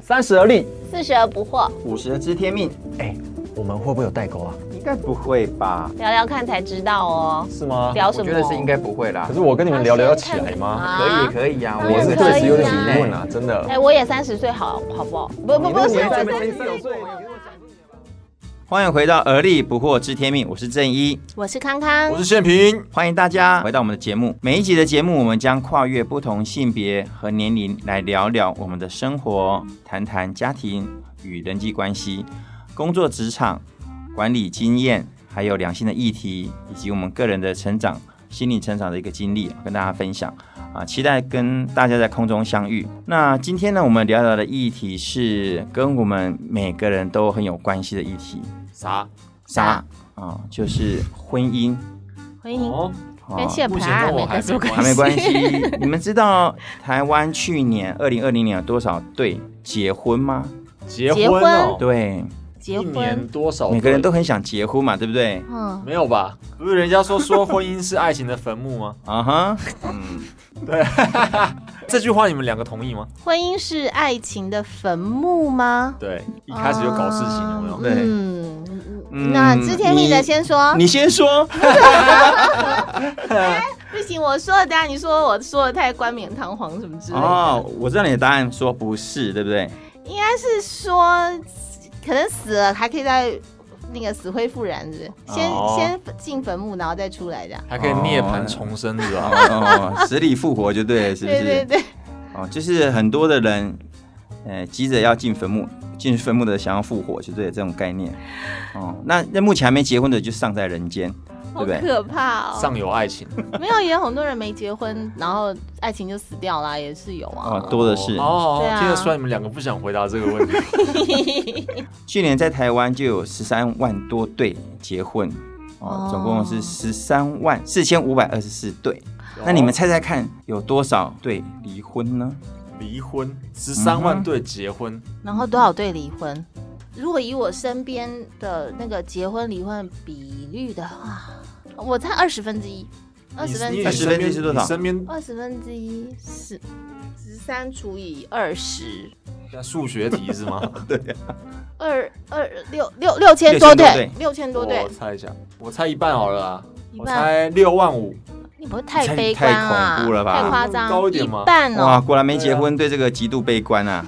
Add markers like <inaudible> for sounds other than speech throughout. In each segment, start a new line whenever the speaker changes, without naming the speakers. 三十而立，
四十而不惑，
五十知天命，
哎，我们会不会有代沟啊？
应该不会吧？
聊聊看才知道哦。
是吗？
聊什
我
么？
觉得是应该不会啦
可。是我跟你们聊聊要起来吗？
可以
以。
可以呀，
当
我
然
是
可以啊
对此有点疑问啊，真
哎，
的。
我也三十岁，好好不好？不不不是，我
们
真的
啊
十岁。
欢迎回到《而立不惑知天命》，我是正一，
我是康康
我，是宪平，
欢迎大家回到我们的节目。每一集的节目，我们将跨越不同性别和年龄来聊聊我们的生活，谈谈家庭与人际关系、工作职场、管理经验，还有两性的议题，以及我们个人的成长、心理成长的一个经历，跟大家分享。啊，期待跟大家在空中相遇。那今天呢，我们聊聊的议题是跟我们每个人都很有关系的议题，
啥？
啥啊？就是婚姻。
欢迎。
哦，
啊
跟谢
目
普
前
拉
跟
没
我
关
还
系
没
关
还没
系。
关系。你们知道台湾去年二零二零年有多少对结婚吗？
结
结
婚哦，
对，
结
一年
婚，
多少对？
每个人都很想结婚嘛，对不对？
嗯，
没有吧？不是人家说说婚姻是爱情的坟 <laughs> 墓吗？
啊哈，嗯，
这句话你们两个同意吗？
婚姻是爱情的坟墓吗？哦
对，一开始就搞事情，有没有？
对
嗯，
嗯
那知天命的先说，
你先
<laughs>
说。
不行，我说了，等下你说我说的太冠冕堂皇什么之类的，
哦，我知道你的答案，说不是，对不对？
应该是说可能死了还可以再那个死灰复燃，是不是？先、
哦
先进坟墓，然后再出来这样。
还可以涅槃重生，是吧？
哦，死里复活就对了，是不是？
对对对，
哦，就是很多的人，呃，急着要进坟墓，进坟墓的想要复活，就对了这种概念。哦，那那目前还没结婚的就尚在人间，对
好
不对？
可怕哦！
上有爱情，
没有，也有很多人没结婚，然后爱情就死掉啦，也是有啊。
哦，多的是。
哦，
对啊
听得出来你们两个不想回答这个问题。
去年在台湾就有十三万多对结婚，哦
哦，
总共是十三万四千五百二十四对。 <laughs>
哦
那你们猜猜看，有多少对离婚
<laughs>
呢？
离婚十三万对结婚，
然后多少对离婚？如果以我身边的那个结婚离婚比率的话，我猜二十分之一，二
你
十分
你
之
你
二
一，
十分之一
身边
是多少
你身边
二十分之一是十三除以二十，
数学题是吗？
二二六六六千多对，六千 <laughs> 多对
我，猜一下，我猜一半好了啦，
一
我
半。
猜六万五。
你不会太悲观
太
啊？
恐怖了吧
太夸张，
高一点吗
半
哇，
哦，
果然没结婚，对这个极度悲观啊！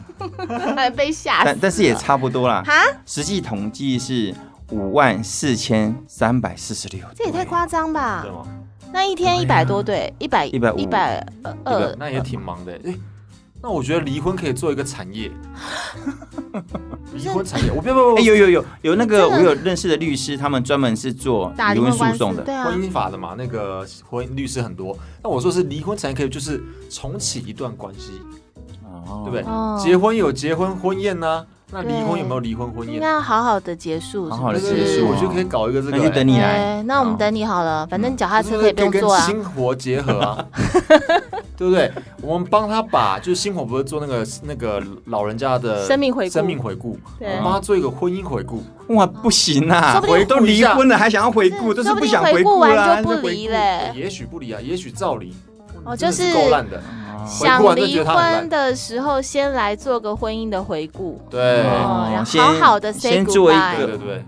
还被吓死
但
了。
但是也差不多啦。
啊哈，
实际统计是五万四千三百四十六，
这也太夸张吧
对？吗？
那一
哎
天一百多对，一百
150
一百二
那也挺忙的欸。哎，那我觉得离婚可以做一个产
<laughs>
业，离婚产业。我不要不要不
哎、有
要，
有有有那个
这个
我有认识的律师，他们专门是做
打
离
离
婚诉
婚官司
讼的，
对啊
婚，姻法的嘛，那个婚姻律师很多。那我说是离婚产业可以就是重启一段关系，
哦
对不对？
哦
结婚有结婚婚宴呐，那离婚
对
有没有离婚婚
应
宴
该？要好好的结束，
好好地
是不是
结束
我觉得可以搞一个这
那就
个。
等
哎
你来
哎。那我们
哦
等你好了，反正脚踏车
就
可
是
以不用
跟
坐啊。
星火结合啊，
<laughs>
对不对？我们帮他把，就是星火不是做那个那个老人家的
生命回顾
生命回顾，
对
我帮他做一个婚姻回顾。
哇，不行啊
哦说不！定
回都离婚了，还想要回顾，
是
就是
说不定
想回
顾
啦、
完就
那
不
回
离
顾啊
嘞。
也许不离啊，也许照离。
哦
真的
就是
是够烂的，
哦
回顾啊
想
完就觉
离
得他很
婚
烂
的时候，先来做个婚姻的回顾，
对
哦然后
先
好好的 say
先做一
goodbye
对
个
对，对。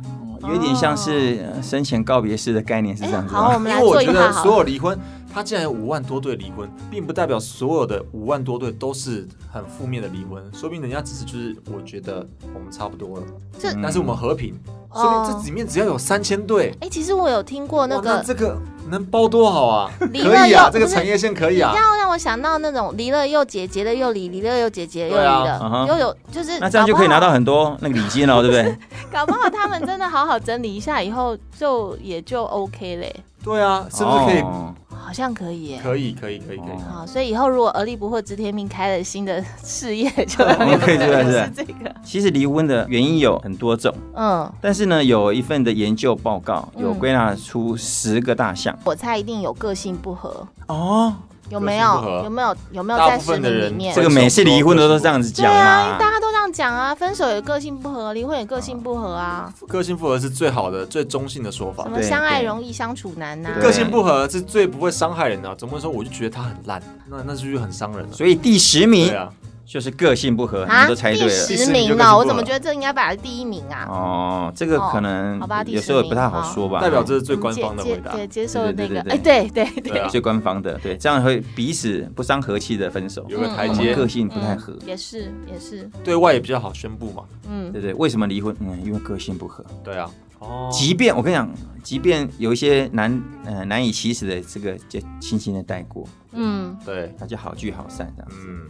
有点像是呃生前告别式的概念是这样子啊
哎好
吗？
我们
因
来
为我
做一
觉
趴
得
好了
所有离婚，他既然有五万多对离婚，并不代表所有的五万多对都是很负面的离婚，说不定人家只是就是我觉得我们差不多了，
这
嗯
但是我们和平，
哦
说不定这里面只要有三千对，
哎、其实我有听过那
哇
个
这个能包多
<laughs>
好啊？
离了
可以
又、
啊，
不
这
是
个产业线可以啊
你。让让我想到那种离了又结，结了又离，离了又结，结了又
对啊
离的，
嗯哼
又有就是
那这样就可以
搞不
拿
好
到很多那个礼金了，对不对？
搞不好他们真的好好整理一下，以后就也就 OK 嘞，
对啊， <laughs> 是不是可以？
哦
好像可以耶。
可以，可以，可以，可以。
哦
好，所以以后如果而立不惑知天命开了新的事业，
<laughs>
就
可以这样
是
子
这个，
其实离婚的原因有很多种，
嗯，
但是呢，有一份的研究报告有
嗯
归纳出十个大项。
我猜一定有个性不合，
哦，
有没有？
个性不合
有没有？有没有
大
在
部
森
分的
林里
人
面
这？个每次离婚的都这样子
对
讲
啊，
啦。
大家都这样讲啊，分手也个性不合，离婚也个性不合啊，
个性不合是最好的、最中性的说
什
法。
么相爱容易相处难呐、
对
个性不合是啊最不会伤害人的、怎么说？我就觉得他很烂，那那就是很伤人了。啊
所以第十名
对啊，
就是个性不合，你
啊，
们都猜对
第
了。
十名
第十名就跟
了，
你
我怎么
过了
觉得这应该摆在第一名啊？
哦，这个
哦
可能
好吧第
有
十
时候
名
不太好
好
说吧。
代哦表这是
我
最
们
官
嗯接
方的
接
回答。
对，接受那
对对
个，
对
哎，对对对，
对啊，
最官方的，对，这样会彼此不伤和气的分手。
有个
嗯
台
我们
阶，
个性不太
嗯
合，
也是也是，
对外也比较好宣布嘛。
嗯，
对对，为什么离婚？嗯，因为个性不合。
对啊，哦，
即便我跟你讲，即便有一些难呃难以启齿的这个，就轻轻的带过，
嗯，
对，
那就好聚好散这样子。
嗯，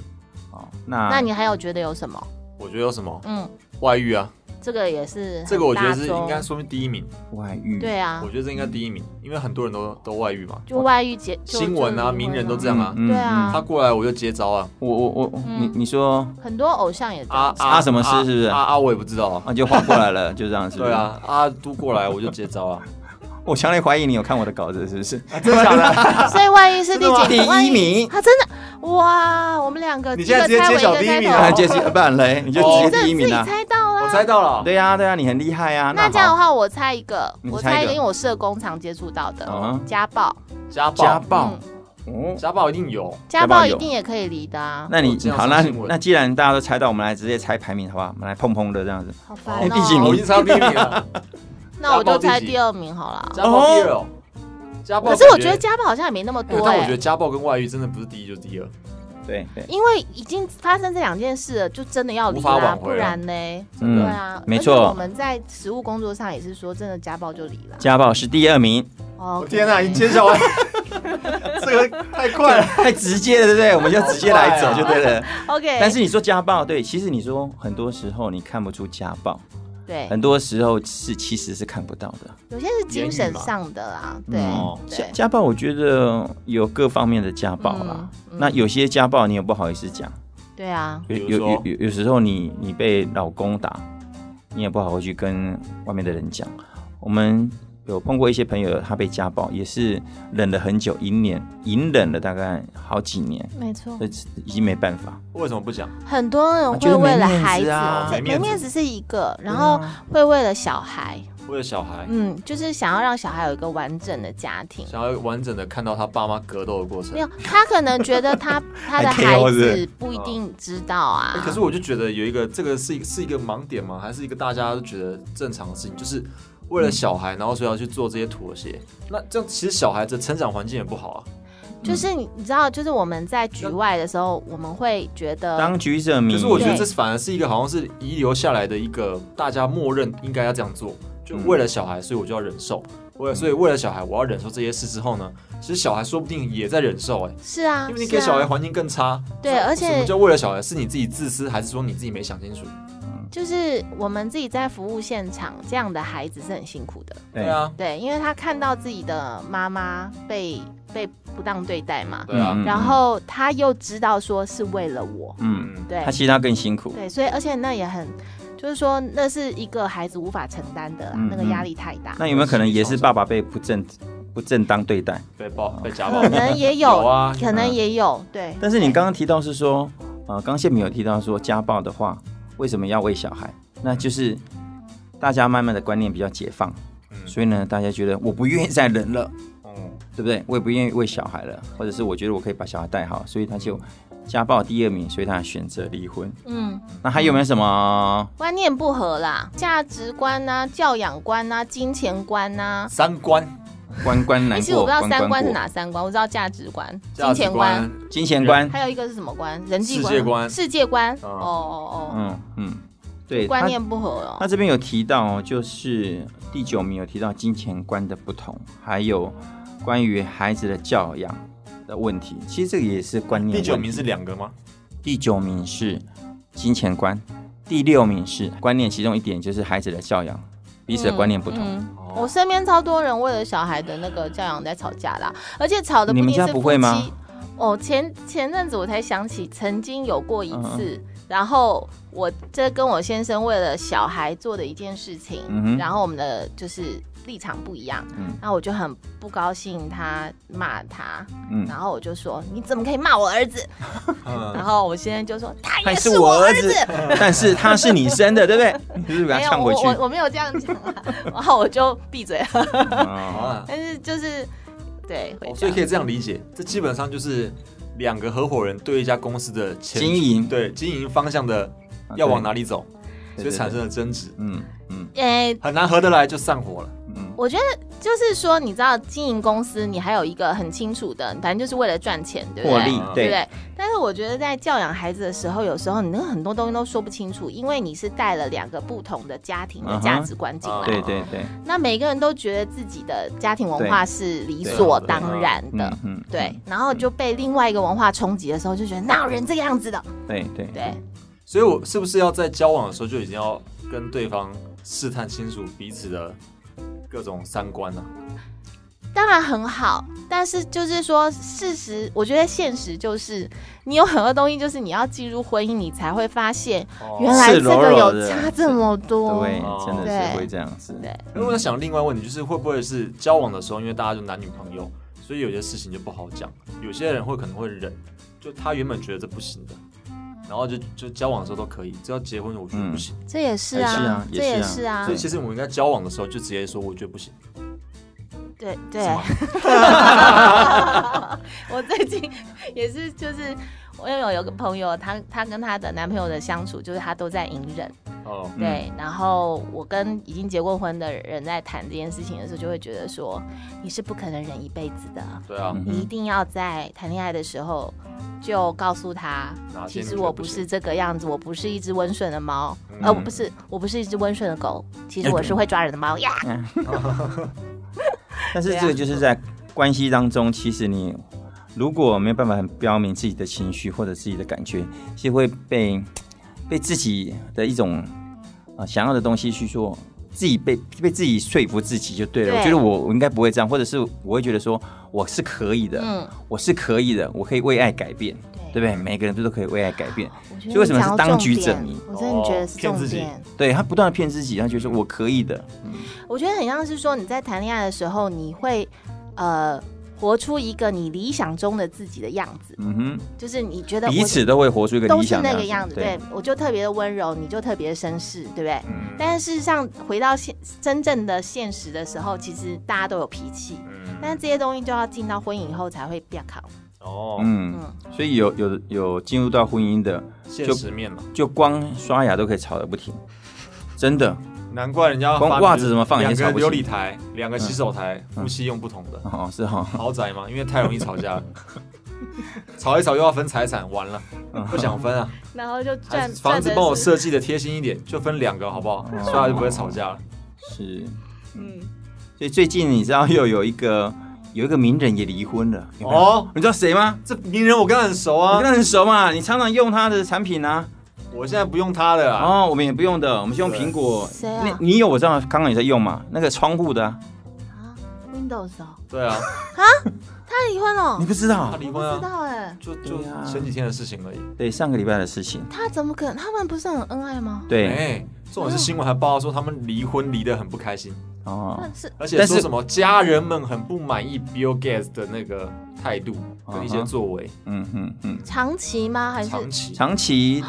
哦，那
那你还有觉得有什么？
我觉得有什么
嗯，
外遇啊？
这个也是，
这个我觉得是应该，说明第一名，
外遇，
对啊
我，觉得这应该第一名，因为很多人都都外遇嘛，
就外遇结就
新闻
就离
啊、
婚
名人都这
嗯
样啊。
嗯
对啊
他过来我就接招啊，
我我我我，
嗯
你你说
很多偶像也这
啊
样
啊什么事是不是
啊啊，我也不知道啊。
啊，就划过来了，就这样是不是？
对，啊，啊都过来我就接招 <laughs> 啊，
我强烈怀疑你有看我的稿子是不是？
真的假
<laughs>
<laughs> 的？
所以外遇是第几
第
名？外
一
遇，
名，
他真的哇，我们两个
你
一
现在
个
<laughs> 直接
开
揭
尾一
晓
个
第一
开
名
头
了
那，杰西，不然嘞，你就
哦
直接
这
第一
自己
名啊。
猜到
我
啦。
猜到了，
对呀、对呀、你很厉害呀、
那
那
这样的
好，
话，我猜一个，
你
我
猜一
猜
个
一个，因为我社工常接触到的
嗯
家暴，
家
家
暴，
暴
嗯，
哦，
家暴一定有，
家暴一
有
定也可以离的啊，
那你
这样
好，
是
那
新闻
那既然大家都猜到，我们来直接猜排名好不好？我们来碰碰的这样子。
好烦
哎
哦。
第几名
我已经猜到第一名了，
那我就
家暴
猜
第几
第二名好了。
家暴第二哦，家暴
可
感。
是我觉得家暴好像也没那么
哎
多
但我
哎、
觉得家暴跟外遇真的不是第一就是第二，
对对，
因为已经发生这两件事了，就真的要离
无法
啦，
挽
不
回了
然呢？
嗯
对啊，
没
而且
错
我们在实务工作上也是说，真的家暴就离了。
家暴是第二名， <laughs>
哦
我天哪，你揭晓完， <laughs> 这个太快了。
太直接了，对不对？我们就直接来走就对了。
，OK。
但是你说家暴，对，其实你说很多时候你看不出家暴，
对，
很多时候是其实是看不到的。
有些是精神上的啦，对
嗯家
对，
家暴，我觉得有各方面的家暴啦。
嗯嗯
那有些家暴你也不好意思讲，
对啊，
有
比如
有
说
有有有时候你你被老公打，你也不好会去跟外面的人讲。我们有碰过一些朋友，他被家暴，也是忍了很久，隐忍隐忍了大概好几年，
没错。
这已经没办法。
为什么不讲？
很多人
觉
会
得
为
没
了
面
孩
子
子
啊，
这
啊没
没
面子啊
面子是一个，然后会为了小孩，
为了小孩，
嗯，就是想要让小孩有一个完整的家庭。
想要完整的看到他爸妈格斗的过程
没。有，他可能觉得
<laughs>
他他的
还
孩
KO
子
是
不一定知道啊
欸。可是我就觉得有一个，这个是一是一个盲点吗？还是一个大家都觉得正常的事情？就是为了小孩，然后所以要去做这些妥协。那这样其实小孩子成长环境也不好啊。
就是你你知道，就是我们在局外的时候，我们会觉得
当局者迷。
可是我觉得这反而是一个好像是遗留下来的一个大家默认应该要这样做，就为了小孩，所以我就要忍受。为了所以为了小孩，我要忍受这些事之后呢，其实小孩说不定也在忍受哎、
是啊，
因为你
是
给小孩
啊
环境更差。
对啊
那
而且
什么叫为了小孩？是你自己自私，还是说你自己没想清楚？
就是我们自己在服务现场，这样的孩子是很辛苦的。
对，啊，
对，因为他看到自己的妈妈被被不当对待嘛，
对啊，
嗯
然后他又知道说是为了我，
嗯，
对
他其实他更辛苦。
对，所以而且那也很，就是说那是一个孩子无法承担的啦，
嗯
那个压力太大。
那有没有可能也是爸爸被不正不正当对待？
被暴被
<laughs>
家暴
可。能也有，
有啊
可能
嗯
也有，对。
但是你刚刚提到是说，呃，刚宪敏有提到说家暴的话，为什么要喂小孩？那就是大家慢慢的观念比较解放，
嗯
所以呢，大家觉得我不愿意再忍了，
嗯，
对不对？我也不愿意喂小孩了，或者是我觉得我可以把小孩带好，所以他就家暴第二名，所以他选择离婚。
嗯，
那还有没有什么？
观念不合啦，价值观呐、教养观呐、金钱观呐、
三观、
关关
哎
难
其实我
过，
不知道
关
三观是
过。
哪三观，我知道价值观、
价
金
值
钱观，、
金钱观，
还有一个是什么观？人际
世
观、
界观
世界观。
嗯
哦哦哦，
嗯嗯，对，
观
他
念不合哦
那。这边有提到哦，就是第九名有提到金钱观的不同，还有关于孩子的教养的问题。其实这个也是观念
第
问题。
九名是两个吗？
第九名是金钱观，第六名是观念，其中一点就是孩子的教养，彼此的观念不同。
嗯我身边超多人为了小孩的那个教养在吵架啦，而且吵的
你
不
们
一定
家
是
不
夫
会吗
妻。哦，前前阵子我才想起，曾经有过一
嗯
次，然后我这跟我先生为了小孩做的一件事情，
嗯哼
然后我们的就是立场不一样，
嗯
然后我就很不高兴，他骂他，
嗯
然后我就说你怎么可以骂我儿子？然
嗯，
后我先生就说他
还
也
是
是我
我儿
儿
子
子，
<laughs> 但是他是你生的，对不对？你是不是给他
没有
呛回
我
去？
我我没有这样讲、啊，然后我就闭嘴了。
好
哦
哎
啊，
但是就是对，会
哦
这
所以
样
可以这样理解，这基本上就是两个合伙人对一家公司的前
经营
对经营方向的
啊
要往
对
哪里走，
对
所以
对
产
对
生了争执，
嗯嗯
哎、
很难合得来就散伙了。
嗯，
我觉得就是说，你知道经营公司，你还有一个很清楚的，反正就是为了赚钱，对不
获
对？
利
对
对不
对
对？但是我觉得在教养孩子的时候，有时候你那个很多东西都说不清楚，因为你是带了两个不同的家庭的价值观进来
嗯哼
对对对，
那每个人都觉得自己的家庭文化是理所当然的。
嗯嗯，
对，然后就被另外一个文化冲击的时候，就觉得哪有人这个样子的？
对对
对，
所以我是不是要在交往的时候就已经要跟对方试探清楚彼此的各种三观啊呢、
当然很好，但是就是说，事实，我觉得现实就是，你有很多东西，就是你要进入婚姻，你才会发现，
哦
原来这
赤裸
个
裸
有
的
差这么多。
对
哦，
真的是
对
会这样子。
对
因为我在想另外一个问题，就是会不会是交往的时候，因为大家就男女朋友，所以有些事情就不好讲，有些人会可能会忍，就他原本觉得这不行的，然后就就交往的时候都可以，只要结婚我觉得不行，
这也是啊，
哎是啊
这
也
也
是
是啊
所以，其实我们应该交往的时候就直接说我觉得不行，
对对
什么。
<laughs> 我最近也是，就是我有有个朋友，她她跟她的男朋友的相处，就是她都在隐忍。
嗯
哦，
对，然后我跟已经结过婚的人在谈这件事情的时候，就会觉得说，你是不可能忍一辈子的，
对啊，
嗯
你一定要在谈恋爱的时候就告诉他
哪，些
其
你
实
觉得
我
不
不
行
是这个样子，我不是一只温顺的猫，
嗯
呃，我不是，我不是一只温顺的狗，其实
哎
我
对
是会抓人的猫呀。
但是
对啊
这个就是在关系当中，其实你如果没有办法很标明自己的情绪或者自己的感觉，是会被被自己的一种啊、呃想要的东西去做，自己被被自己说服自己就对了。
对
我觉得我我应该不会这样，或者是我会觉得说我是可以的，
嗯，
我是可以的，我可以为爱改变，对
对
不对？每个人都都可以为爱改变，
我觉得
所以为什么
你讲
是
到
当局
重
者
点
迷
我真的觉
哦
得是
骗自
重
己
点。
对他不断的骗自己，他觉得说我可以的，
我觉得很像是说你在谈恋爱的时候，你会呃活出一个你理想中的自己的样子，
嗯
就是你觉得
哼，
我
彼此都会活出一个
都
理
是
想
那
的
个样子，对，我就特别的温柔，你就特别的绅士，对不对？
嗯
但是事实上，回到现真正的现实的时候，其实大家都有脾气，但
嗯，
是这些东西就要进到婚姻以后才会变好。
哦，
嗯。
嗯，
所以有有有进入到婚姻的，
现实面嘛，
就光刷牙都可以吵得不停，真的。
难怪人家
嗯光
发明
袜子怎么放也
两
吵
个
不嗯
琉
起
璃台，两个洗手台，夫妻用不同的
哦，是哈、哦，
豪宅嘛，因为太容易吵架了， <laughs> 吵一吵又要分财产，完了
嗯
不想分啊。
然后就
还
赚
是房
赚
子
的
帮我
是
设计的贴心一点，就分两个好不好？
哦
这样就不会吵架了。
是。
嗯，
所以最近你知道又有一个有一个名人也离婚了有没有
哦，
你知道谁吗？
这名人我跟他很熟
你
啊
跟，他很熟嘛，你常常用他的产品啊。
我现在不用他的啊。
哦，我们也不用的，我们是用
对
苹果。
谁
那
啊？
你有我知道，刚刚也在用嘛？那个窗户的啊、
啊，Windows 哦，
对啊，
他离婚了
你，不知
他
道？
离
我不
婚
知
啊，
道哎，
就就
哦对啊
前几天的事情而已。
对，上个礼拜的事情。
他怎么可能？他们不是很恩爱吗？
对，
哎，重点是新闻还报道说他们离婚离得很不开心，
哦，
但是
而且
但是
说什么家人们很不满意 Bill Gates 的那个态度跟一些作为，
嗯嗯嗯。
长期吗？还是
长期
长期，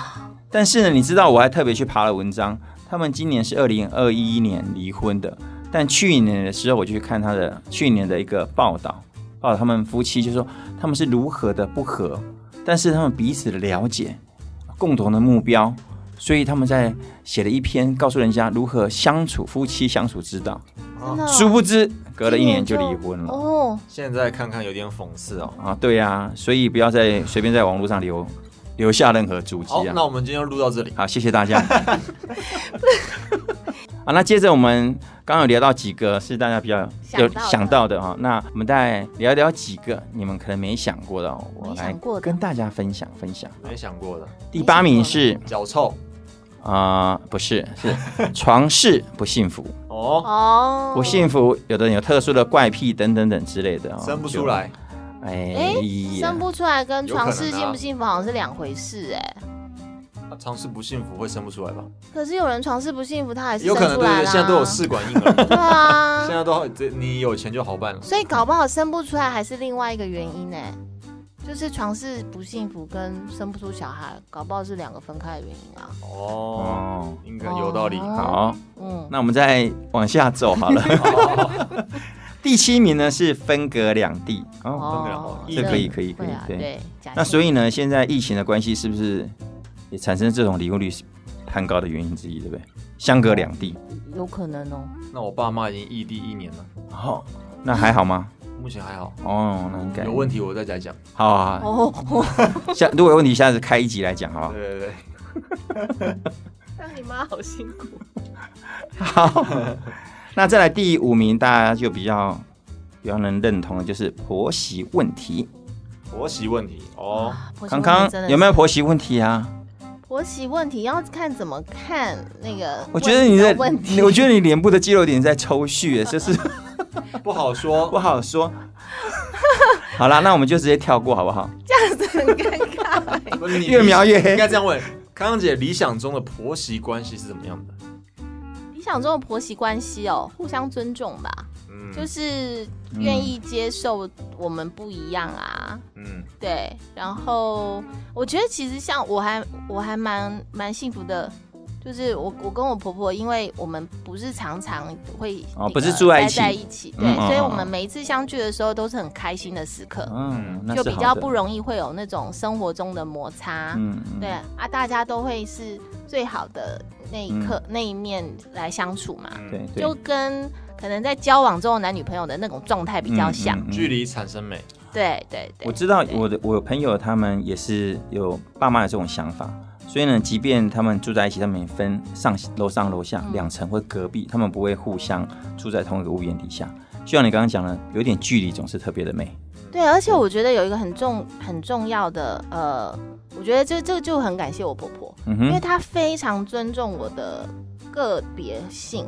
但是呢，你知道我还特别去爬了文章，他们今年是二零二一年离婚的，但去年的时候我就去看他的去年的一个报道，报道他们夫妻就说他们是如何的不和，但是他们彼此的了解，共同的目标，所以他们在写了一篇告诉人家如何相处夫妻相处之道，
真的哦
殊不知隔了一年就
今
离婚了。
哦，
现在看看有点讽刺哦。
啊，对呀、啊，所以不要再随便在网络上留留下任何足迹
好，
啊。
那我们今天就录到这里。
好，谢谢大家。 <laughs> 好，那接着我们刚刚有聊到几个是大家比较
想
有
到的
想到的哈、那我们再聊一聊几个你们可能没想过的哦，我
没
来
想过的
跟大家分享分享。
没想过的，
第八名是
脚臭
啊、不是
<laughs>
是床事不幸福，
哦，
哦，
不幸福，有的人有特殊的怪癖等等等之类的、哦，
生不出来，
就。哎
哎
呀
生，不出来跟
有可
床
能
事
啊
幸不幸福好像是两回事哎。
啊尝试不幸福会生不出来吧？
可是有人床事不幸福，他还是
有可能
生出
对
来
对，
啦
现在都有试管婴
<laughs>
儿，
对
<laughs>
啊
现，在都这你有钱就好办了。
所以搞不好生不出来还是另外一个原因呢、欸就是床事不幸福跟生不出小孩，搞不好是两个分开的原因啊。
哦，
哦，
应该有道理。
哦
好，
嗯，
那我们再往下走好了。 <laughs> 第七名呢是分隔两地哦。
分隔两
哦
地，
这可以可以可
会
以
啊，
对
对。假
那
性
所以呢，现在疫情的关系，是不是也产生这种离婚率攀高的原因之一，对不对？相隔两地，
有可能哦，
<laughs> 那我爸妈已经异地一年了，
哦，那还好吗？
目前还好。
哦，那应该
有问题我再来讲。
好啊，好
哦，
好下如果有问题，下次开一集来讲，好不好？
对对对，
让你妈好辛苦。
<laughs> 那再来第五名，大家就比较比较能认同的就是婆媳问题。
婆媳问题哦，
啊婆媳
康
问题
康
真的
有没有
是
婆媳问题啊？
婆媳问题？要看怎么看那个。
我觉得你的
问，
你
题， <laughs>
我觉得你脸部的肌肉点在抽搐，就是
不好
<laughs>
说
不。好说。 <laughs> 好啦，那我们就直接跳过好不好？
得很尴尬。
不是你
越描越黑
应该这样问：康康姐理想中的婆媳关系是怎么样的？
理想中的婆媳关系哦，互相尊重吧，
嗯，
就是愿意接受我们不一样啊。
嗯，
对，然后我觉得其实像我还我还蛮蛮幸福的，就是我我跟我婆婆，因为我们不是常常会
哦
那个
不是住在一起
待在一起，对，
嗯嗯
所以
嗯
我们每一次相聚的时候都是很开心的时刻，
嗯，那
就是比
好
较
的
不容易会有那种生活中的摩擦。
嗯，嗯
对啊，大家都会是最好的那一刻、
嗯
那一面来相处嘛，
嗯
对对，
就跟可能在交往中的男女朋友的那种状态比较
嗯
像。
嗯嗯
距离产生美，
对对对，
我知道
对
我的我有朋友他们也是有爸妈有这种想法，所以呢，即便他们住在一起，他们也分上楼上楼下
嗯
两层或隔壁，他们不会互相住在同一个屋檐底下。就像你刚刚讲的，有点距离总是特别的美。
对，而且我觉得有一个很重很重要的，呃，我觉得这这就很感谢我婆婆，
嗯
因为
哼，
她非常尊重我的个别性，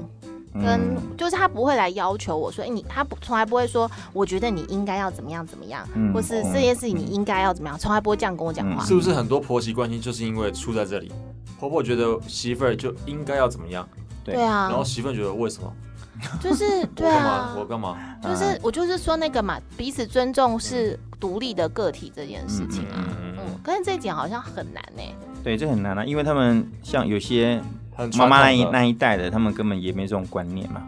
跟、
嗯
就是她不会来要求我说，哎、你她不从来不会说，我觉得你应该要怎么样怎么样，
嗯
或是
嗯
这件事情你应该要怎么样，从来不会这样跟我讲
嗯
话。
是不是很多婆媳关系就是因为出在这里？婆婆觉得媳妇儿就应该要怎么样，
对
对啊
然，后媳妇儿觉得为什么？
<laughs>
就是
我
对啊
干嘛？我，干嘛？
就是我就是说那个嘛，彼此尊重是独立的个体这件事情啊。
嗯嗯嗯
嗯，可是这一点好像很难欸呢、
对，这很难啊，因为他们像有些
很
妈
传
妈那
统
一
的
那一代的，他们根本也没这种观念嘛，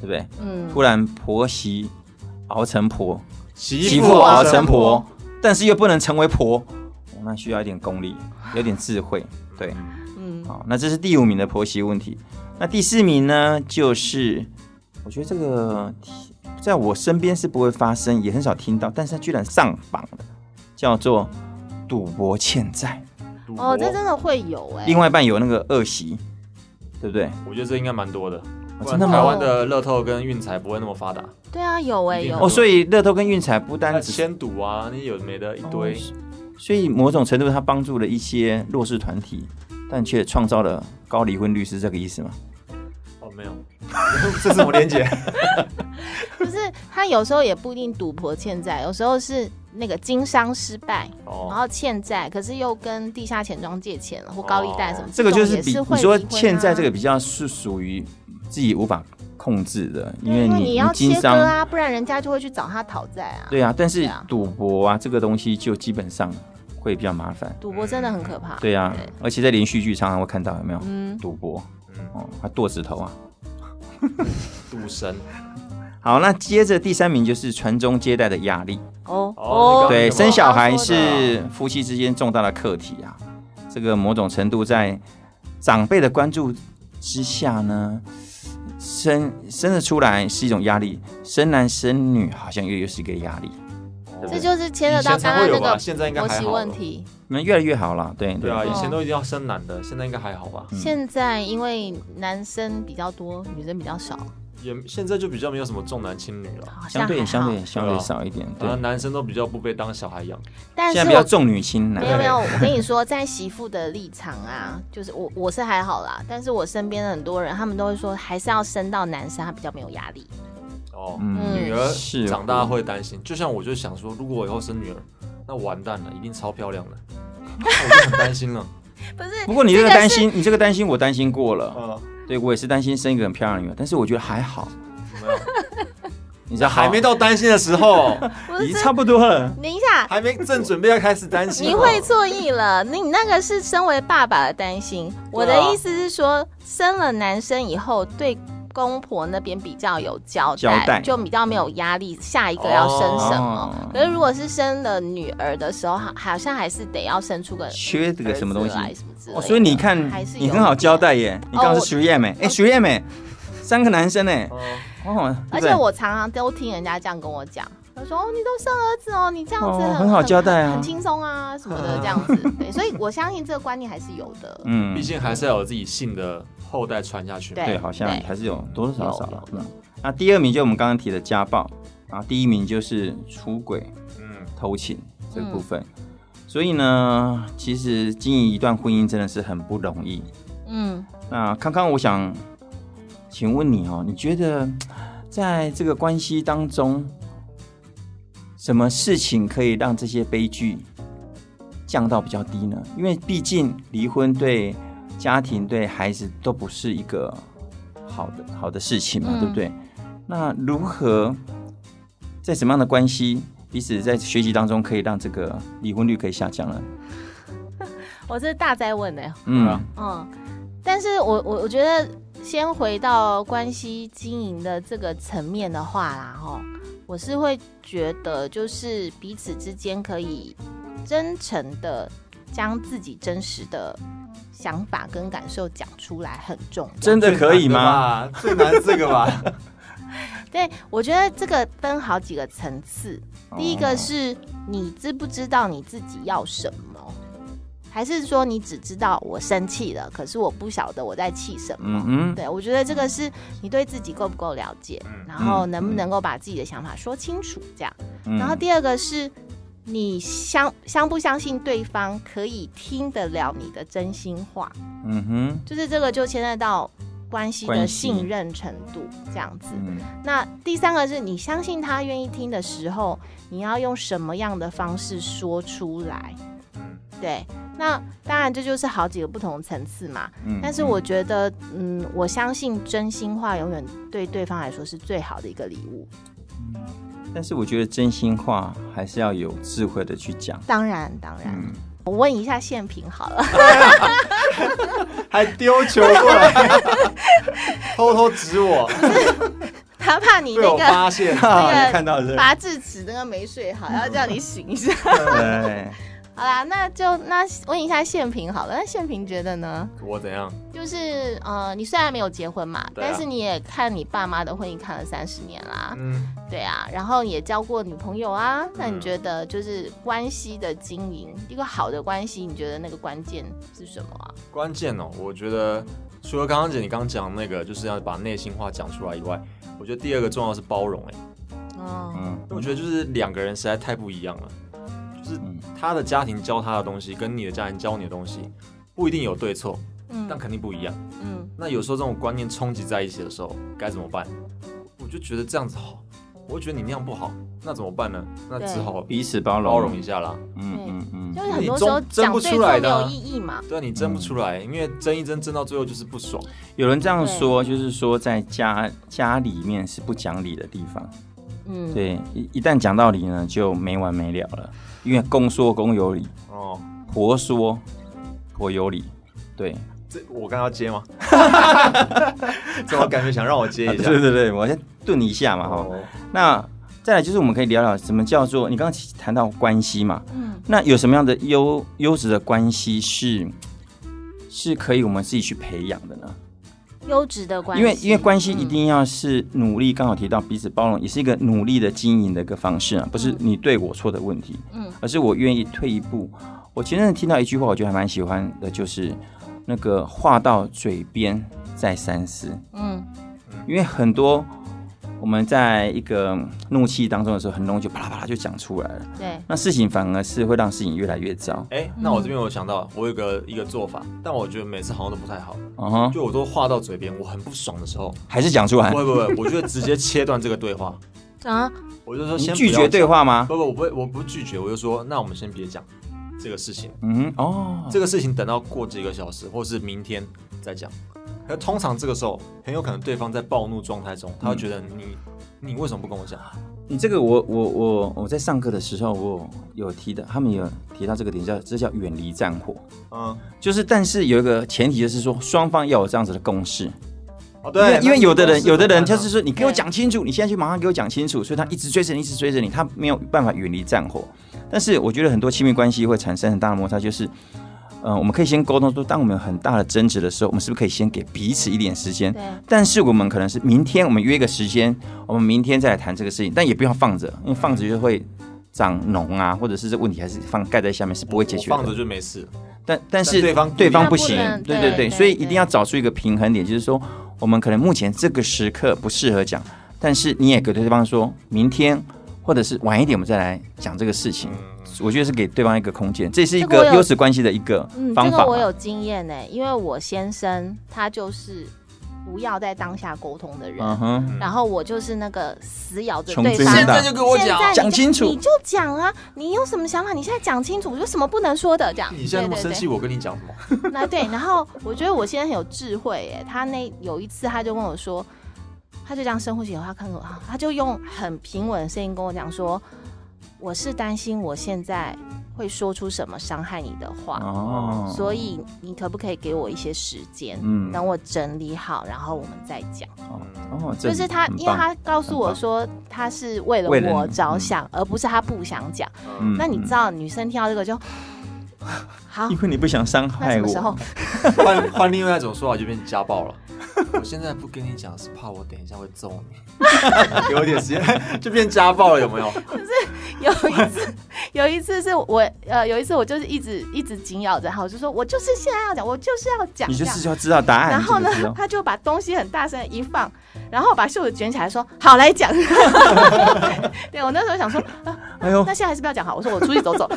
对不对？
嗯，
突然婆媳熬成婆，
媳
媳
妇啊
妇啊熬
熬
成
成
婆，但是又不能成为婆，哦那需要一点功力，有点智慧。对，
嗯，
好，那这是第五名的婆媳问题。那第四名呢，就是我觉得这个题在我身边是不会发生，也很少听到，但是它居然上榜了，叫做赌博欠债，
赌博
哦，这真的会有哎、
另外一半有欸那个恶习，对不对？
我觉得这应该蛮多的。不然
哦真的吗
台湾的乐透跟运彩不会那么发达，
对啊，有哎、
一定
有
很
哦，所以乐透跟运彩不单
那
只是哦
先赌啊，你有的没的一堆，
所以某种程度，它帮助了一些弱势团体，但却创造了高离婚率，是这个意思吗？
哦没有，
<laughs>
这怎么连接？
就是他有时候也不一定赌博欠债，有时候是那个经商失败，然
<laughs> 哦，
后欠债，可是又跟地下钱庄借钱或高利贷什么、
这个就是
种
比
也会
你说
离婚啊
欠债这个比较是属于自己无法控制的，因
对
为
因
你
你要
经
切割
商。
啊，不然人家就会去找他讨债啊。
对啊，但
对
是
啊
赌博啊，这个东西就基本上会比较麻烦。
赌博真的很可怕。
对啊
对，
而且在连续剧常常会看到，有没有？
嗯，
赌博，
嗯
哦，他剁指头啊。
赌神
好，那接着第三名就是传宗接代的压力。
哦
哦那个
对，
刚刚
生小孩
刚刚说
是
啊
夫妻之间重大的课题啊。这个某种程度在长辈的关注之下呢，生生得出来是一种压力，生男生女好像又又是一个压力。
的
对
这就是牵扯到
哦以前才
刚刚
会
那
有吧
个
现在应该
婆
还
媳
好
问
吧
题。
那越来越好了，对
对啊，以前
哦
都一定要生男的，现在应该还好吧？
嗯
现在因为男生比较多，女生比较少，
也现在就比较没有什么重男轻女了，
好像
相对
还
相
好
对相对
啊
少一点，对
然后。男生都比较不被当小孩养。
但
现
是
在比
我
较重女轻男
没，有没有，我跟你说，在媳妇的立场啊，就是我我是还好啦，但是我身边的很多人，他们都会说，还是要生到男生，他比较没有压力。
哦，
嗯
女儿
是
长大会担心，就像我就想说，如果我以后生女儿，那完蛋了，一定超漂亮的，那我就很担心了。
不是，
不过你这个
这个
担心，你这个担心我担心过了，
嗯，
对我也是担心生一个很漂亮的女儿，但是我觉得还好，
有没有
你知道
还没，到担心的时候，
不
已
是
经，差不多了。
等一下，
还没正准备要开始担心。
你会错意了，你那个
啊
是身为爸爸的担心。我的意思是说，生了男生以后，对公婆那边比较有交代，
交代
就比较没有压力，下一个要生什么。
哦
可是如果是生了女儿的时候，好好像还是得要生出个
缺这个什么东西
儿子来什么之类的
哦，所以你看
还是，有哦
你很好交代耶。你刚刚是许愿美，哎，许愿美，三个男生哎，
嗯
哦，对不
而
对
且我常常都听人家这样跟我讲，他说：“哦，你都生儿子哦，你这样子
哦很好交代啊
很很轻松啊什么的
<laughs>
这样子。”对，所以我相信这个观念还是有的。
嗯
毕，竟还是要有自己性的后代传下去。
对
对，好像
对
还是有多多少少
有
了。
有
嗯那第二名就我们刚刚提的家暴，然后第一名就是出轨、
嗯，
偷情这
嗯
个部分。所以呢，其实经营一段婚姻真的是很不容易。
嗯，
那康康，我想请问你哦，你觉得在这个关系当中，什么事情可以让这些悲剧降到比较低呢？因为毕竟离婚对家庭、对孩子都不是一个好的好的事情嘛，
嗯
对不对？那如何在什么样的关系，彼此在学习当中可以让这个离婚率可以下降呢？
我这大在问呢、
嗯，
嗯，但是我我我觉得先回到关系经营的这个层面的话啦，哈，我是会觉得就是彼此之间可以真诚的将自己真实的想法跟感受讲出来很重要。
真的可以吗？
最难的吧？最难这个吧。
<laughs>
对，我觉得这个分好几个层次。第一个是你知不知道你自己要什么，还是说你只知道我生气了，可是我不晓得我在气什么
嗯？嗯。
对，我觉得这个是你对自己够不够了解，然后能不能够把自己的想法说清楚，这样。
嗯
然后第二个是你相相不相信对方可以听得了你的真心话，
嗯哼，
就是这个就牵涉到关系的
关系
信任程度这样子。
嗯
那第三个是你相信他愿意听的时候，你要用什么样的方式说出来？对，那当然这就是好几个不同层次嘛。
嗯
但是我觉得，嗯，我相信真心话永远对对方来说是最好的一个礼物。
但是我觉得真心话还是要有智慧的去讲。
当然，当然，
嗯，
我问一下宪平好了， <laughs>
还丢球过来，
<laughs>
偷偷指我，
他怕你
被
那
我
个
发现。
那个
看到这，
拔智齿那个没睡好，要叫你醒一下。 <laughs>
对，
好啦，那就那问一下宪平好了，那宪平觉得呢？
我怎样？
就是呃，你虽然没有结婚嘛，
对啊
但是你也看你爸妈的婚姻看了三十年啦，
嗯，
对啊，然后也交过女朋友啊，那你觉得就是关系的经营，一个好的关系，你觉得那个关键是什么啊？
关键哦，我觉得除了刚刚姐你刚刚讲那个，就是要把内心话讲出来以外，我觉得第二个重要是包容、哎，
哦，
嗯
因为我觉得就是两个人实在太不一样了，就是
嗯
他的家庭教他的东西，跟你的家庭教你的东西，不一定有对错，但
嗯
肯定不一样。
嗯，
那有时候这种观念冲击在一起的时候，该怎么办？我就觉得这样子好，我就觉得你那样不好，那怎么办呢？那
对
只好
彼此包容，
包容一下啦。
嗯嗯
就
嗯，
是很多时候
你争
讲
争不
对
出
错
来
没
的啊
有意义嘛，
对啊，你争不出
嗯
来，因为争一争，争到最后就是不爽。
有人这样说，就是说在家家里面是不讲理的地方。
嗯，
对，一一旦讲道理呢，就没完没了了，因为公说公有理，
哦，
婆说婆有理。对，
这我刚刚
<laughs>
要接吗？怎么感觉想让我接
啊对对对，我先顿一下嘛哈。
哦，
那再来就是我们可以聊聊什么叫做你刚刚谈到关系嘛，
嗯
那有什么样的优优质的关系是是可以我们自己去培养的呢？
优质的关系，
因为因为关系一定要是努力，刚好提到彼此包容，也是一个努力的经营的一个方式啊，不是
嗯
你对我错的问题，
嗯，
而是我愿意退一步。我前阵子听到一句话，我觉得还蛮喜欢的，就是那个话到嘴边再三思。
嗯，
因为很多我们在一个怒气当中的时候，很容易就啪啦啪啦就讲出来了，
嗯，对，
那事情反而是会让事情越来越糟。
哎、那我这边有想到，我有个一个做法，但我觉得每次好像都不太好。
嗯哼，
就我都话到嘴边，我很不爽的
<laughs>
时候，
还是讲出来
不。会不会，我就会直接切断这个对话。 <laughs>
啊，
我就说
你
先
拒
不要
绝
讲
对话吗？
不不，我不会我不拒绝，我就说那我们先别讲这个事情，
嗯，哦，
这个事情等到过几个小时或是明天再讲。可通常这个时候，很有可能对方在暴怒状态中，
嗯
他会觉得你、你为什么不跟我讲？
你这个我我我我在上课的时候我有提的，他们有提到这个点叫这叫远离战火，
嗯，
就是但是有一个前提就是说双方要有这样子的共识，
哦，
因
对
为，因为有的人，有的人
就
就是说，你给我讲清楚，你现在就马上给我讲清楚，所以他一直追着你，一直追着你，他没有办法远离战火。但是我觉得很多亲密关系会产生很大的摩擦，就是，呃，我们可以先沟通说，当我们有很大的争执的时候，我们是不是可以先给彼此一点时间？
对，
但是我们可能是明天，我们约一个时间，我们明天再来谈这个事情，但也不要放着，因为放着就会长脓啊，或者是这问题还是放盖在下面是不会解决的。
放着就没事。
但但是
但对方
对方
不
不
能
行
那，不
对
能
对
对
对，
对
所以一定
对
要找出一个平衡点，就是说我们可能目前这个时刻不适合讲，但是你也给对方说明天或者是晚一点我们再来讲这个事
嗯
情，我觉得是给对方一个空间，这是一
这个我
个
有
优势关系的一个
嗯，
方
这
法
个
嘛。
我有经验呢、因为我先生他就是不要在当下沟通的人，
嗯哼，
然后我就是那个死咬着
穷
对
嗯
追
方
猛打
就给
现在你就
讲清楚
你就讲啊！你有什么想法？你现在讲清楚，有什么不能说的？这样。
你现在那么
对
生
<laughs>
气，。我跟你讲什么？
对对那对，然后我觉得我现在很有智慧耶。他那有一次他就跟我说，他就这样深呼吸，他看我，他就用很平稳的声音跟我讲说，我是担心我现在会说出什么伤害你的话，
哦，
所以你可不可以给我一些时间？
嗯
等我整理好，然后我们再讲。
哦，这
就是他，
很
因为
棒
他告诉我
很棒
说他是为了
为了
我
你
着
嗯
想，而不是他不想讲。
嗯
那你知
嗯
道，女生听到这个就
<laughs>
好
因，为你不想伤
哦那什
害
么时候
我，？
换换另外一种说法，就变成家暴了。我现在不跟你讲，是怕我等一下会揍你。给我点时 <laughs> 间，就变家暴了，有没有？
<laughs> 有一次，有一次是我呃，有一次我就是一直一直紧咬着他，我就说我就是现在要讲，我就是要讲，
你就
这样
是要知道答案。
然后
你
呢
就知道，
他就把东西很大声地一放，然后把袖子卷起来说：“好，来讲。” <laughs> 对我那时候想说，啊
哎呦，
<laughs> 那现在还是不要讲好。我说我出去走走。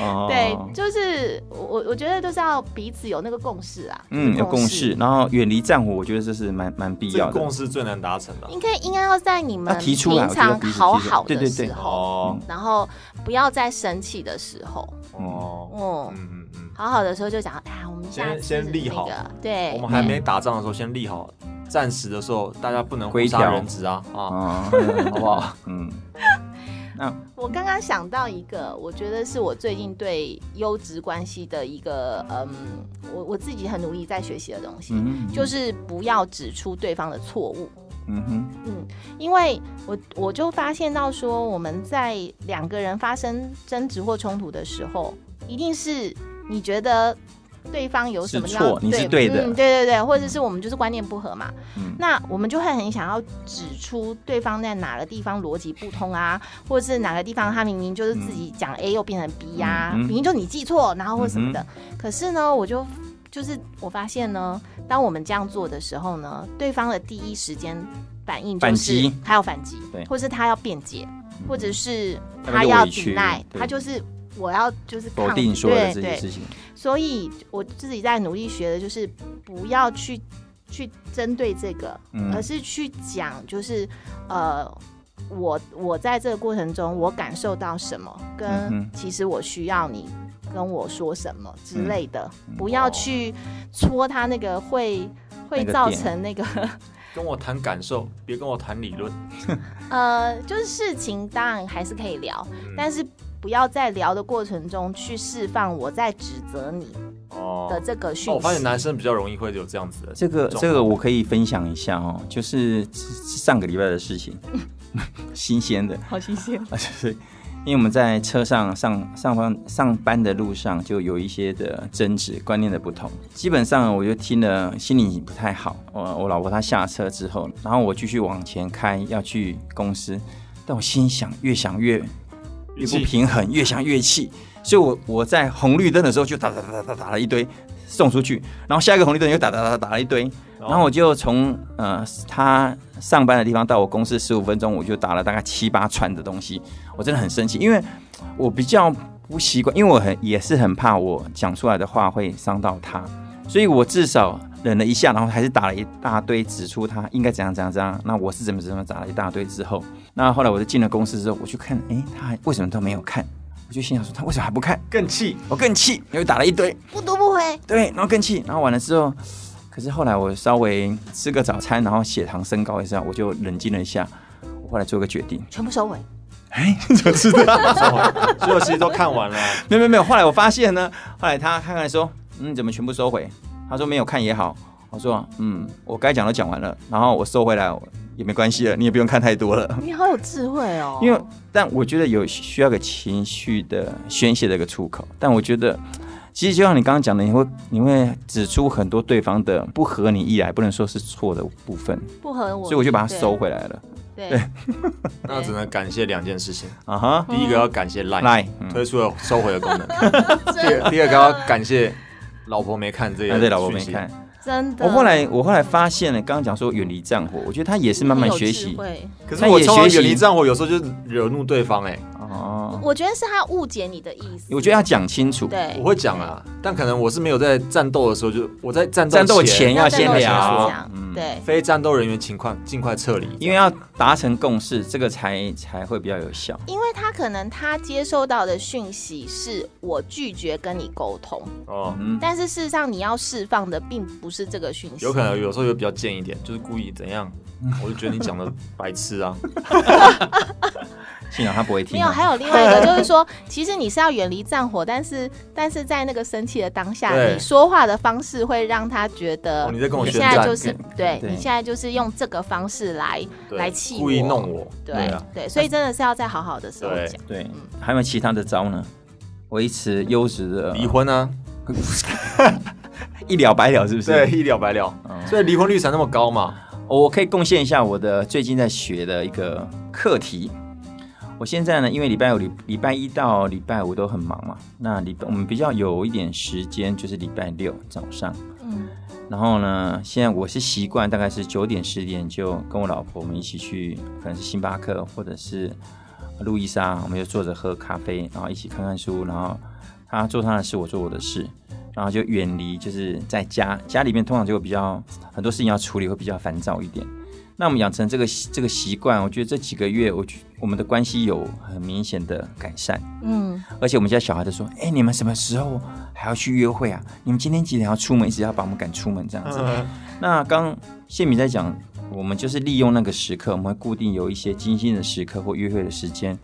哦
对，就是我我我觉得就是要彼此有那个共识啊，
嗯，有共识，。然后远离战火，我觉得这是蛮蛮必
这
要
个
的。
共识最难达成的。
应该应该要在你们
要提出来
平常
我觉得彼此提出来
好好
对
的
对对
时候，
哦
然后不要在生气的时候，
哦，
嗯，
嗯嗯嗯，
好好的时候就讲，哎呀，我们下次
先先立好
那个
我
对
们还没打仗的时候，先立好战时的时候，大家不能
规
挥
条
杀人质啊啊， <laughs>
哦，
好不好？
<laughs>
嗯，
我刚刚想到一个，我觉得是我最近对优质关系的一个，嗯，我我自己很努力在学习的东西，
嗯哼
就是不要指出对方的错误。
嗯哼，
嗯，因为我我就发现到说，我们在两个人发生争执或冲突的时候，一定是你觉得对方有什么
是
要
错你是对的
嗯，对对对，或者是我们就是观念不合嘛，
嗯
那我们就会很想要指出对方在哪个地方逻辑不通啊，或者是哪个地方他明明就是自己讲 A 又变成 B 呀、
嗯嗯
明明就你记错，然后或什么的，可是呢，我就。就是我发现呢，当我们这样做的时候呢，对方的第一时间反应就
反
是
击
他要反击，
对嗯
或是他要辩解，或者是
要不
他
就
要
委屈
抵赖，
对
他就是我要就是
否
抗拒
定说的
对
这
对
些事情，
所以我自己在努力学的就是不要去去针对这个，
嗯
而是去讲，就是呃，我我在这个过程中我感受到什么，
嗯
跟
哼
其实我需要你跟我说什么之类的，
嗯
不要去戳他那个会
那
会
个
造
点
成那个
跟我谈感受，别跟我谈理论。
<laughs> 呃，就是事情当然还是可以聊，
嗯
但是不要在聊的过程中去释放我在指责你
哦
的这个讯息。
哦我发现男生比较容易会有这样子的
这个
状况
这个我可以分享一下哦，就是上个礼拜的事情， <laughs> 新鲜的，
好新鲜。
啊，就是因为我们在车上上上班上班的路上就有一些的争执，观念的不同。基本上我就听了心里不太好。我我老婆她下车之后，然后我继续往前开要去公司，但我心想越想越越不
气
平衡，越想越气，所以我我在红绿灯的时候就打打打打打了一堆。送出去，然后下一个红绿灯又打打打打打了一堆，
哦
然后我就从呃他上班的地方到我公司十五分钟，我就打了大概七八串的东西，我真的很生气，因为我比较不习惯，因为我很也是很怕我讲出来的话会伤到他，所以我至少忍了一下，然后还是打了一大堆，指出他应该怎样怎样怎样。那我是怎么怎么打了一大堆之后，那后来我就进了公司之后，我去看，诶，他还为什么都没有看？我就心想说他为什么还不看？
更气，
我更气，又打了一堆，
不读不回。
对，然后更气，然后完了之后，可是后来我稍微吃个早餐，然后血糖升高一下，我就冷静了一下。我后来做个决定，
全部收回。
<laughs> 所有戏都看
<laughs>
完了，
没有没有没有。后来我发现呢，后来他看看说，嗯，怎么全部收回？他说没有看也好。我说，嗯，我该讲都讲完了，然后我收回来也没关系了，你也不用看太多了。
你好有智慧哦。
因为但我觉得有需要个情绪的宣泄的一个出口，但我觉得。其实就像你刚刚讲的，你会你会指出很多对方的不合你意来，不能说是错的部分，
不合我，
所以我就把它收回来了。
对。
对
对，
那只能感谢两件事情，
啊哈，
第一个要感谢 Line
来，嗯
推出了收回的功能，第
真
二
的
第二个要感谢老婆没看这
啊
个，
对，老婆没看。。
真的。
我后来我后来发现了，刚刚讲说远离战火，我觉得他也是慢慢学
很有
习
智。慧
可是
但
我
也
超常
学习
远离战火，有时候就惹怒对方哎、
哦，
我觉得是他误解你的意思。
我觉得要讲清楚。
对
我，会讲啊，但可能我是没有在战斗的时候，就我在战
战斗前
前，
要
真的
先
有
聊
这样，
嗯
对，
非战斗人员情况尽快撤离，
因为要达成共识，这个才才会比较有效。
因为他可能他接收到的讯息是我拒绝跟你沟通，
哦，
嗯，
但是事实上你要释放的并不是这个讯息，
有可能有时候也比较贱一点，就是故意怎样，我就觉得你讲的白痴
<laughs>
啊，
幸好他不会
没
听
有，
啊。
还有另外一个就是说， <laughs> 其实你是要远离战火，但是但是在那个生气的当下，
对
你说话的方式会让他觉得
哦你在跟我
呃你
宣
现在
战
就是对
对
你现在就是用这个方式来
对
来气我
故意弄我，
对
啊，
对，所以真的是要在好好的时候
对
讲。
对，还有没有其他的招呢？维持优质的
离，婚啊，
一了百了，是不是？嗯
对，，一了百了，所以离婚率才那么高嘛，
我可以贡献一下我的最近在学的一个课题。我现在呢，因为礼拜五、礼礼拜一到礼拜五都很忙嘛，那礼拜我们比较有一点时间，就是礼拜六早上。
嗯，
然后呢，现在我是习惯大概是九点十点就跟我老婆我们一起去，可能是星巴克或者是路易莎，我们就坐着喝咖啡，然后一起看看书，然后她做她的事，我做我的事，然后就远离就是在家家里面通常就会比较很多事情要处理，会比较烦躁一点。那我们养成这个习这个习惯，我觉得这几个月我觉我们的关系有很明显的改善。
嗯，
而且我们家小孩都说：“哎、你们什么时候还要去约会啊？你们今天几点要出门？一直要把我们赶出门这样子。那刚谢米在讲，我们就是利用那个时刻，我们会固定有一些精心的时刻或约会的时间。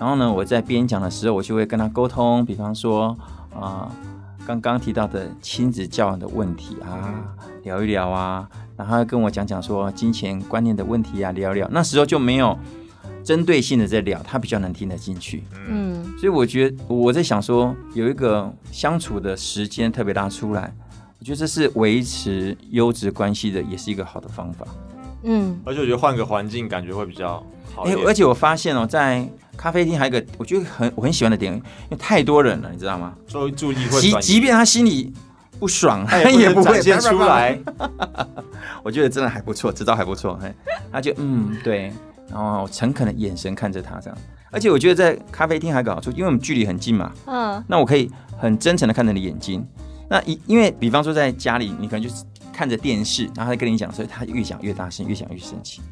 然后呢，我在边讲的时候，我就会跟他沟通，比方说啊、刚刚提到的亲子教养的问题啊，聊一聊啊，然后他跟我讲讲说金钱观念的问题啊，聊一聊。那时候就没有针对性的在聊，他比较能听得进去。
嗯，
所以我觉得我在想说，有一个相处的时间特别拉出来，我觉得这是维持优质关系的，也是一个好的方法。
嗯，
<laughs> 而且我觉得换个环境感觉会比较好一
哎、
点，
而且我发现哦，在咖啡厅还有一个我觉得很我很喜欢的点，因为太多人了，你知道吗？
注注意会哎
即
转移
即便他心里不爽，
他
他 <laughs> 也
不
不
会
会
展现出。来，
我觉得真的还不错，这招还不错。嘿，他就嗯对，然后诚恳的眼神看着他这样。而且我觉得在咖啡厅还有一个好处，因为我们距离很近嘛，
嗯，
那我可以很真诚的看着你眼睛。那一因为比方说在家里，你可能就是看着电视，然后他跟你讲，所以他越讲越大声，越讲越生气。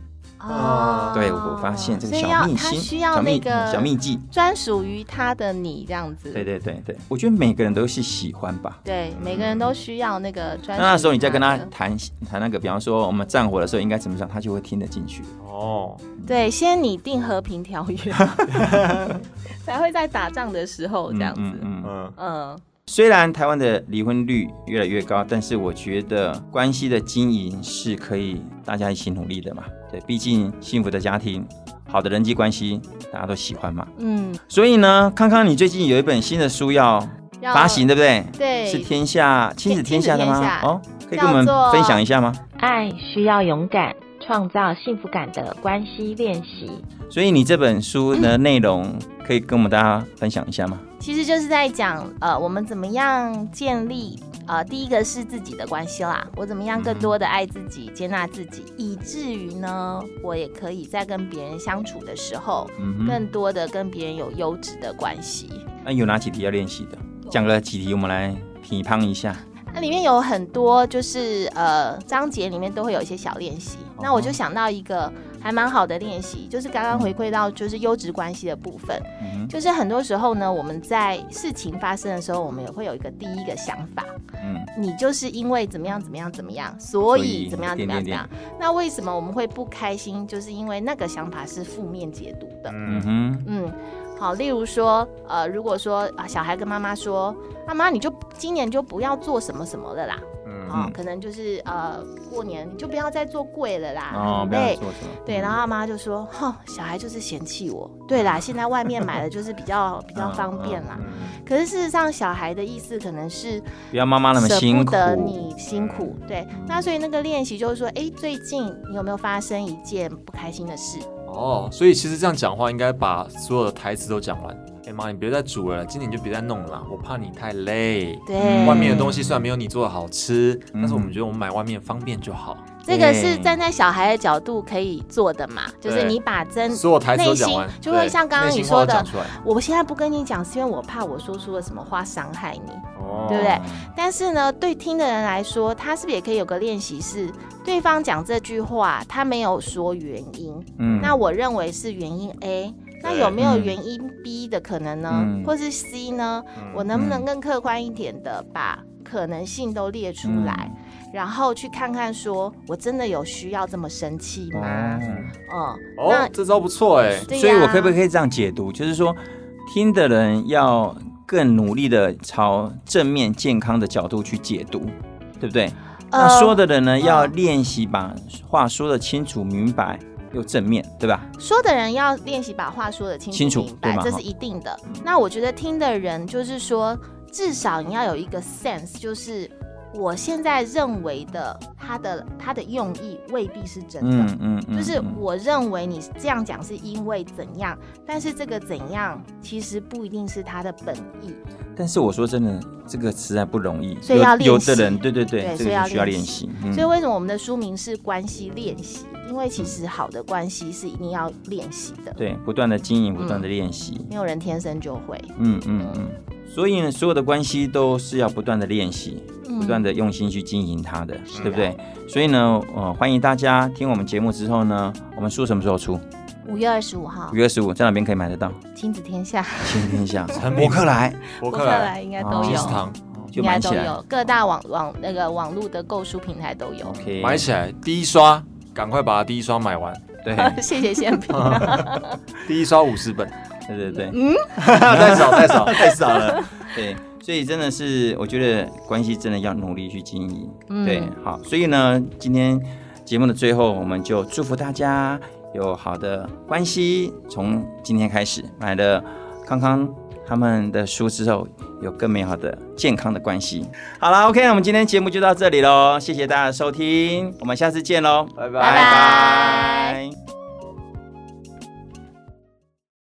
哦，
对我发现这个
所以
小
要
秘
他
辛，
需要
小秘
那个
小秘技。
专属于他的你这样子。
对对对对，我觉得每个人都是喜欢吧。
对，每个人都需要那个专。
那那时候你在跟他
的
谈谈那个，比方说我们战火的时候应该怎么讲，他就会听得进去。
哦，
对，先拟定和平
<laughs>
条约，才会在打仗的时候这样子。嗯
嗯
嗯。
虽然台湾的离婚率越来越高，但是我觉得关系的经营是可以大家一起努力的嘛。对，毕竟幸福的家庭、好的人际关系，大家都喜欢嘛。
嗯，
所以呢，康康，你最近有一本新的书要
要
发行，对不对？
对
是天下亲子天下的吗
亲子天？下
哦，可以跟我们
叫做
分享一下吗？
爱需要勇敢，创造幸福感的关系练习。
所以你这本书的内容可以跟我们大家分享一下吗？
其实就是在讲呃，我们怎么样建立呃，第一个是自己的关系啦，我怎么样更多的爱自己、接纳自己，以至于呢，我也可以在跟别人相处的时候，
嗯哼，
更多的跟别人有优质的关系。
那有哪几题要练习的？讲个几题，我们来批判一下。
那里面有很多就是呃章节里面都会有一些小练习。
哦
那我就想到一个还蛮好的练习，就是刚刚回馈到就是优质关系的部分。
嗯
就是很多时候呢，我们在事情发生的时候，我们也会有一个第一个想法，
哼，嗯，
你就是因为怎么样怎么样怎么样，所
所
以
以
怎么样怎
点
么样怎
点
么样。那为什么我们会不开心？就是因为那个想法是负面解读的。
嗯
嗯，
哼，
嗯，好，例如说，呃，如果说啊，小孩跟妈妈说，妈妈你就今年就不要做什么什么了啦，
嗯
啊、哈、
嗯
可能就是呃过年你就不要再做贵了啦，
哦，
啊很
不要
累
做什么，
对，然后他妈就说：“哼，小孩就是嫌弃我。对啦，现在外面买的就是比较
<laughs>
比
嗯
较方便啦。可是事实上，小孩的意思可能是
不要妈妈那么
舍
辛
不
苦，
得
嗯
你辛苦。对，那所以那个练习就是说，哎，最近你有没有发生一件不开心的事？
哦，所以其实这样讲话，应该把所有的台词都讲完。哎、妈，你别再煮了，今年就别再弄了啦，我怕你太累。
对，
嗯外面的东西虽然没有你做的好吃，
嗯
但是我们觉得我们买外面方便就好。
这个是站在小孩的角度可以做的嘛，就是
嗯对
你把真
所有台词都
嗯内
讲
心
完，
就会
对
像刚刚
内
你
心话
说
都
的
讲，出来，
我现在不跟你讲，是因为我怕我说出了什么话伤害你。
哦
对不对？但是呢，对听的人来说，他是不是也可以有个练习是，对方讲这句话，他没有说原因，
嗯
那我认为是原因 A，那有没有原因 B 的可能呢？
嗯
或是 C 呢？我能不能更客观一点的把可能性都列出来，
嗯
然后去看看说我真的有需要这么生气吗？嗯，
哦，这招不错哎、
对
哦所以，我
呀
可不可以这样解读？就是说，听的人要更努力的朝正面健康的角度去解读，对不对？那
呃
说的人呢，
嗯
要练习把话说的清楚、明白又正面，对吧？
说的人要练习把话说的清
清楚
楚明白
对，嘛
这
哈
是一定的。那我觉得听的人就是说，至少你要有一个 sense，就是我现在认为的他的他的用意未必是真的。
嗯嗯嗯，
就是
嗯
我认为你这样讲是因为怎样，但是这个怎样其实不一定是他的本意，
但是我说真的，这个实在不容易，
所以要
有有
练习
的人，对对对，
对
这
所以
个
要
是需要练
练
习
习。
嗯
所以为什么我们的书名是关系练习？因为其实好的关系是一定要练习的，
对，不断的经营，不
嗯
断的练习。
没有人天生就会。
嗯嗯嗯。所以呢，所有的关系都是要不断的练习，
嗯
不断的用心去经营它的，
啊
对不对？所以呢，呃，欢迎大家听我们节目之后呢，我们书什么时候出？
嗯五月二十五号
五，月十五在哪边可以买得到？
亲子天下。
请听一下，
<laughs> 产品
博客来
博
博
客
客
来、
来应该
哦
都
金
有
石，堂
就
应该
买起
都
来
有，各大网网那个网络的购书平台都有。
，OK，
买起来，第一刷赶快把它第一刷买完，
对
<laughs> 谢谢宪平，
第一刷五十本，
对对对。
太少太少太少了。
<laughs> 对，所以真的是，我觉得关系真的要努力去经营。
嗯
对，好，所以呢，今天节目的最后，我们就祝福大家有好的关系，从今天开始买了康康他们的书之后，有更美好的健康的关系。好了，OK，我们今天节目就到这里喽，谢谢大家的收听，我们下次见喽，
拜拜。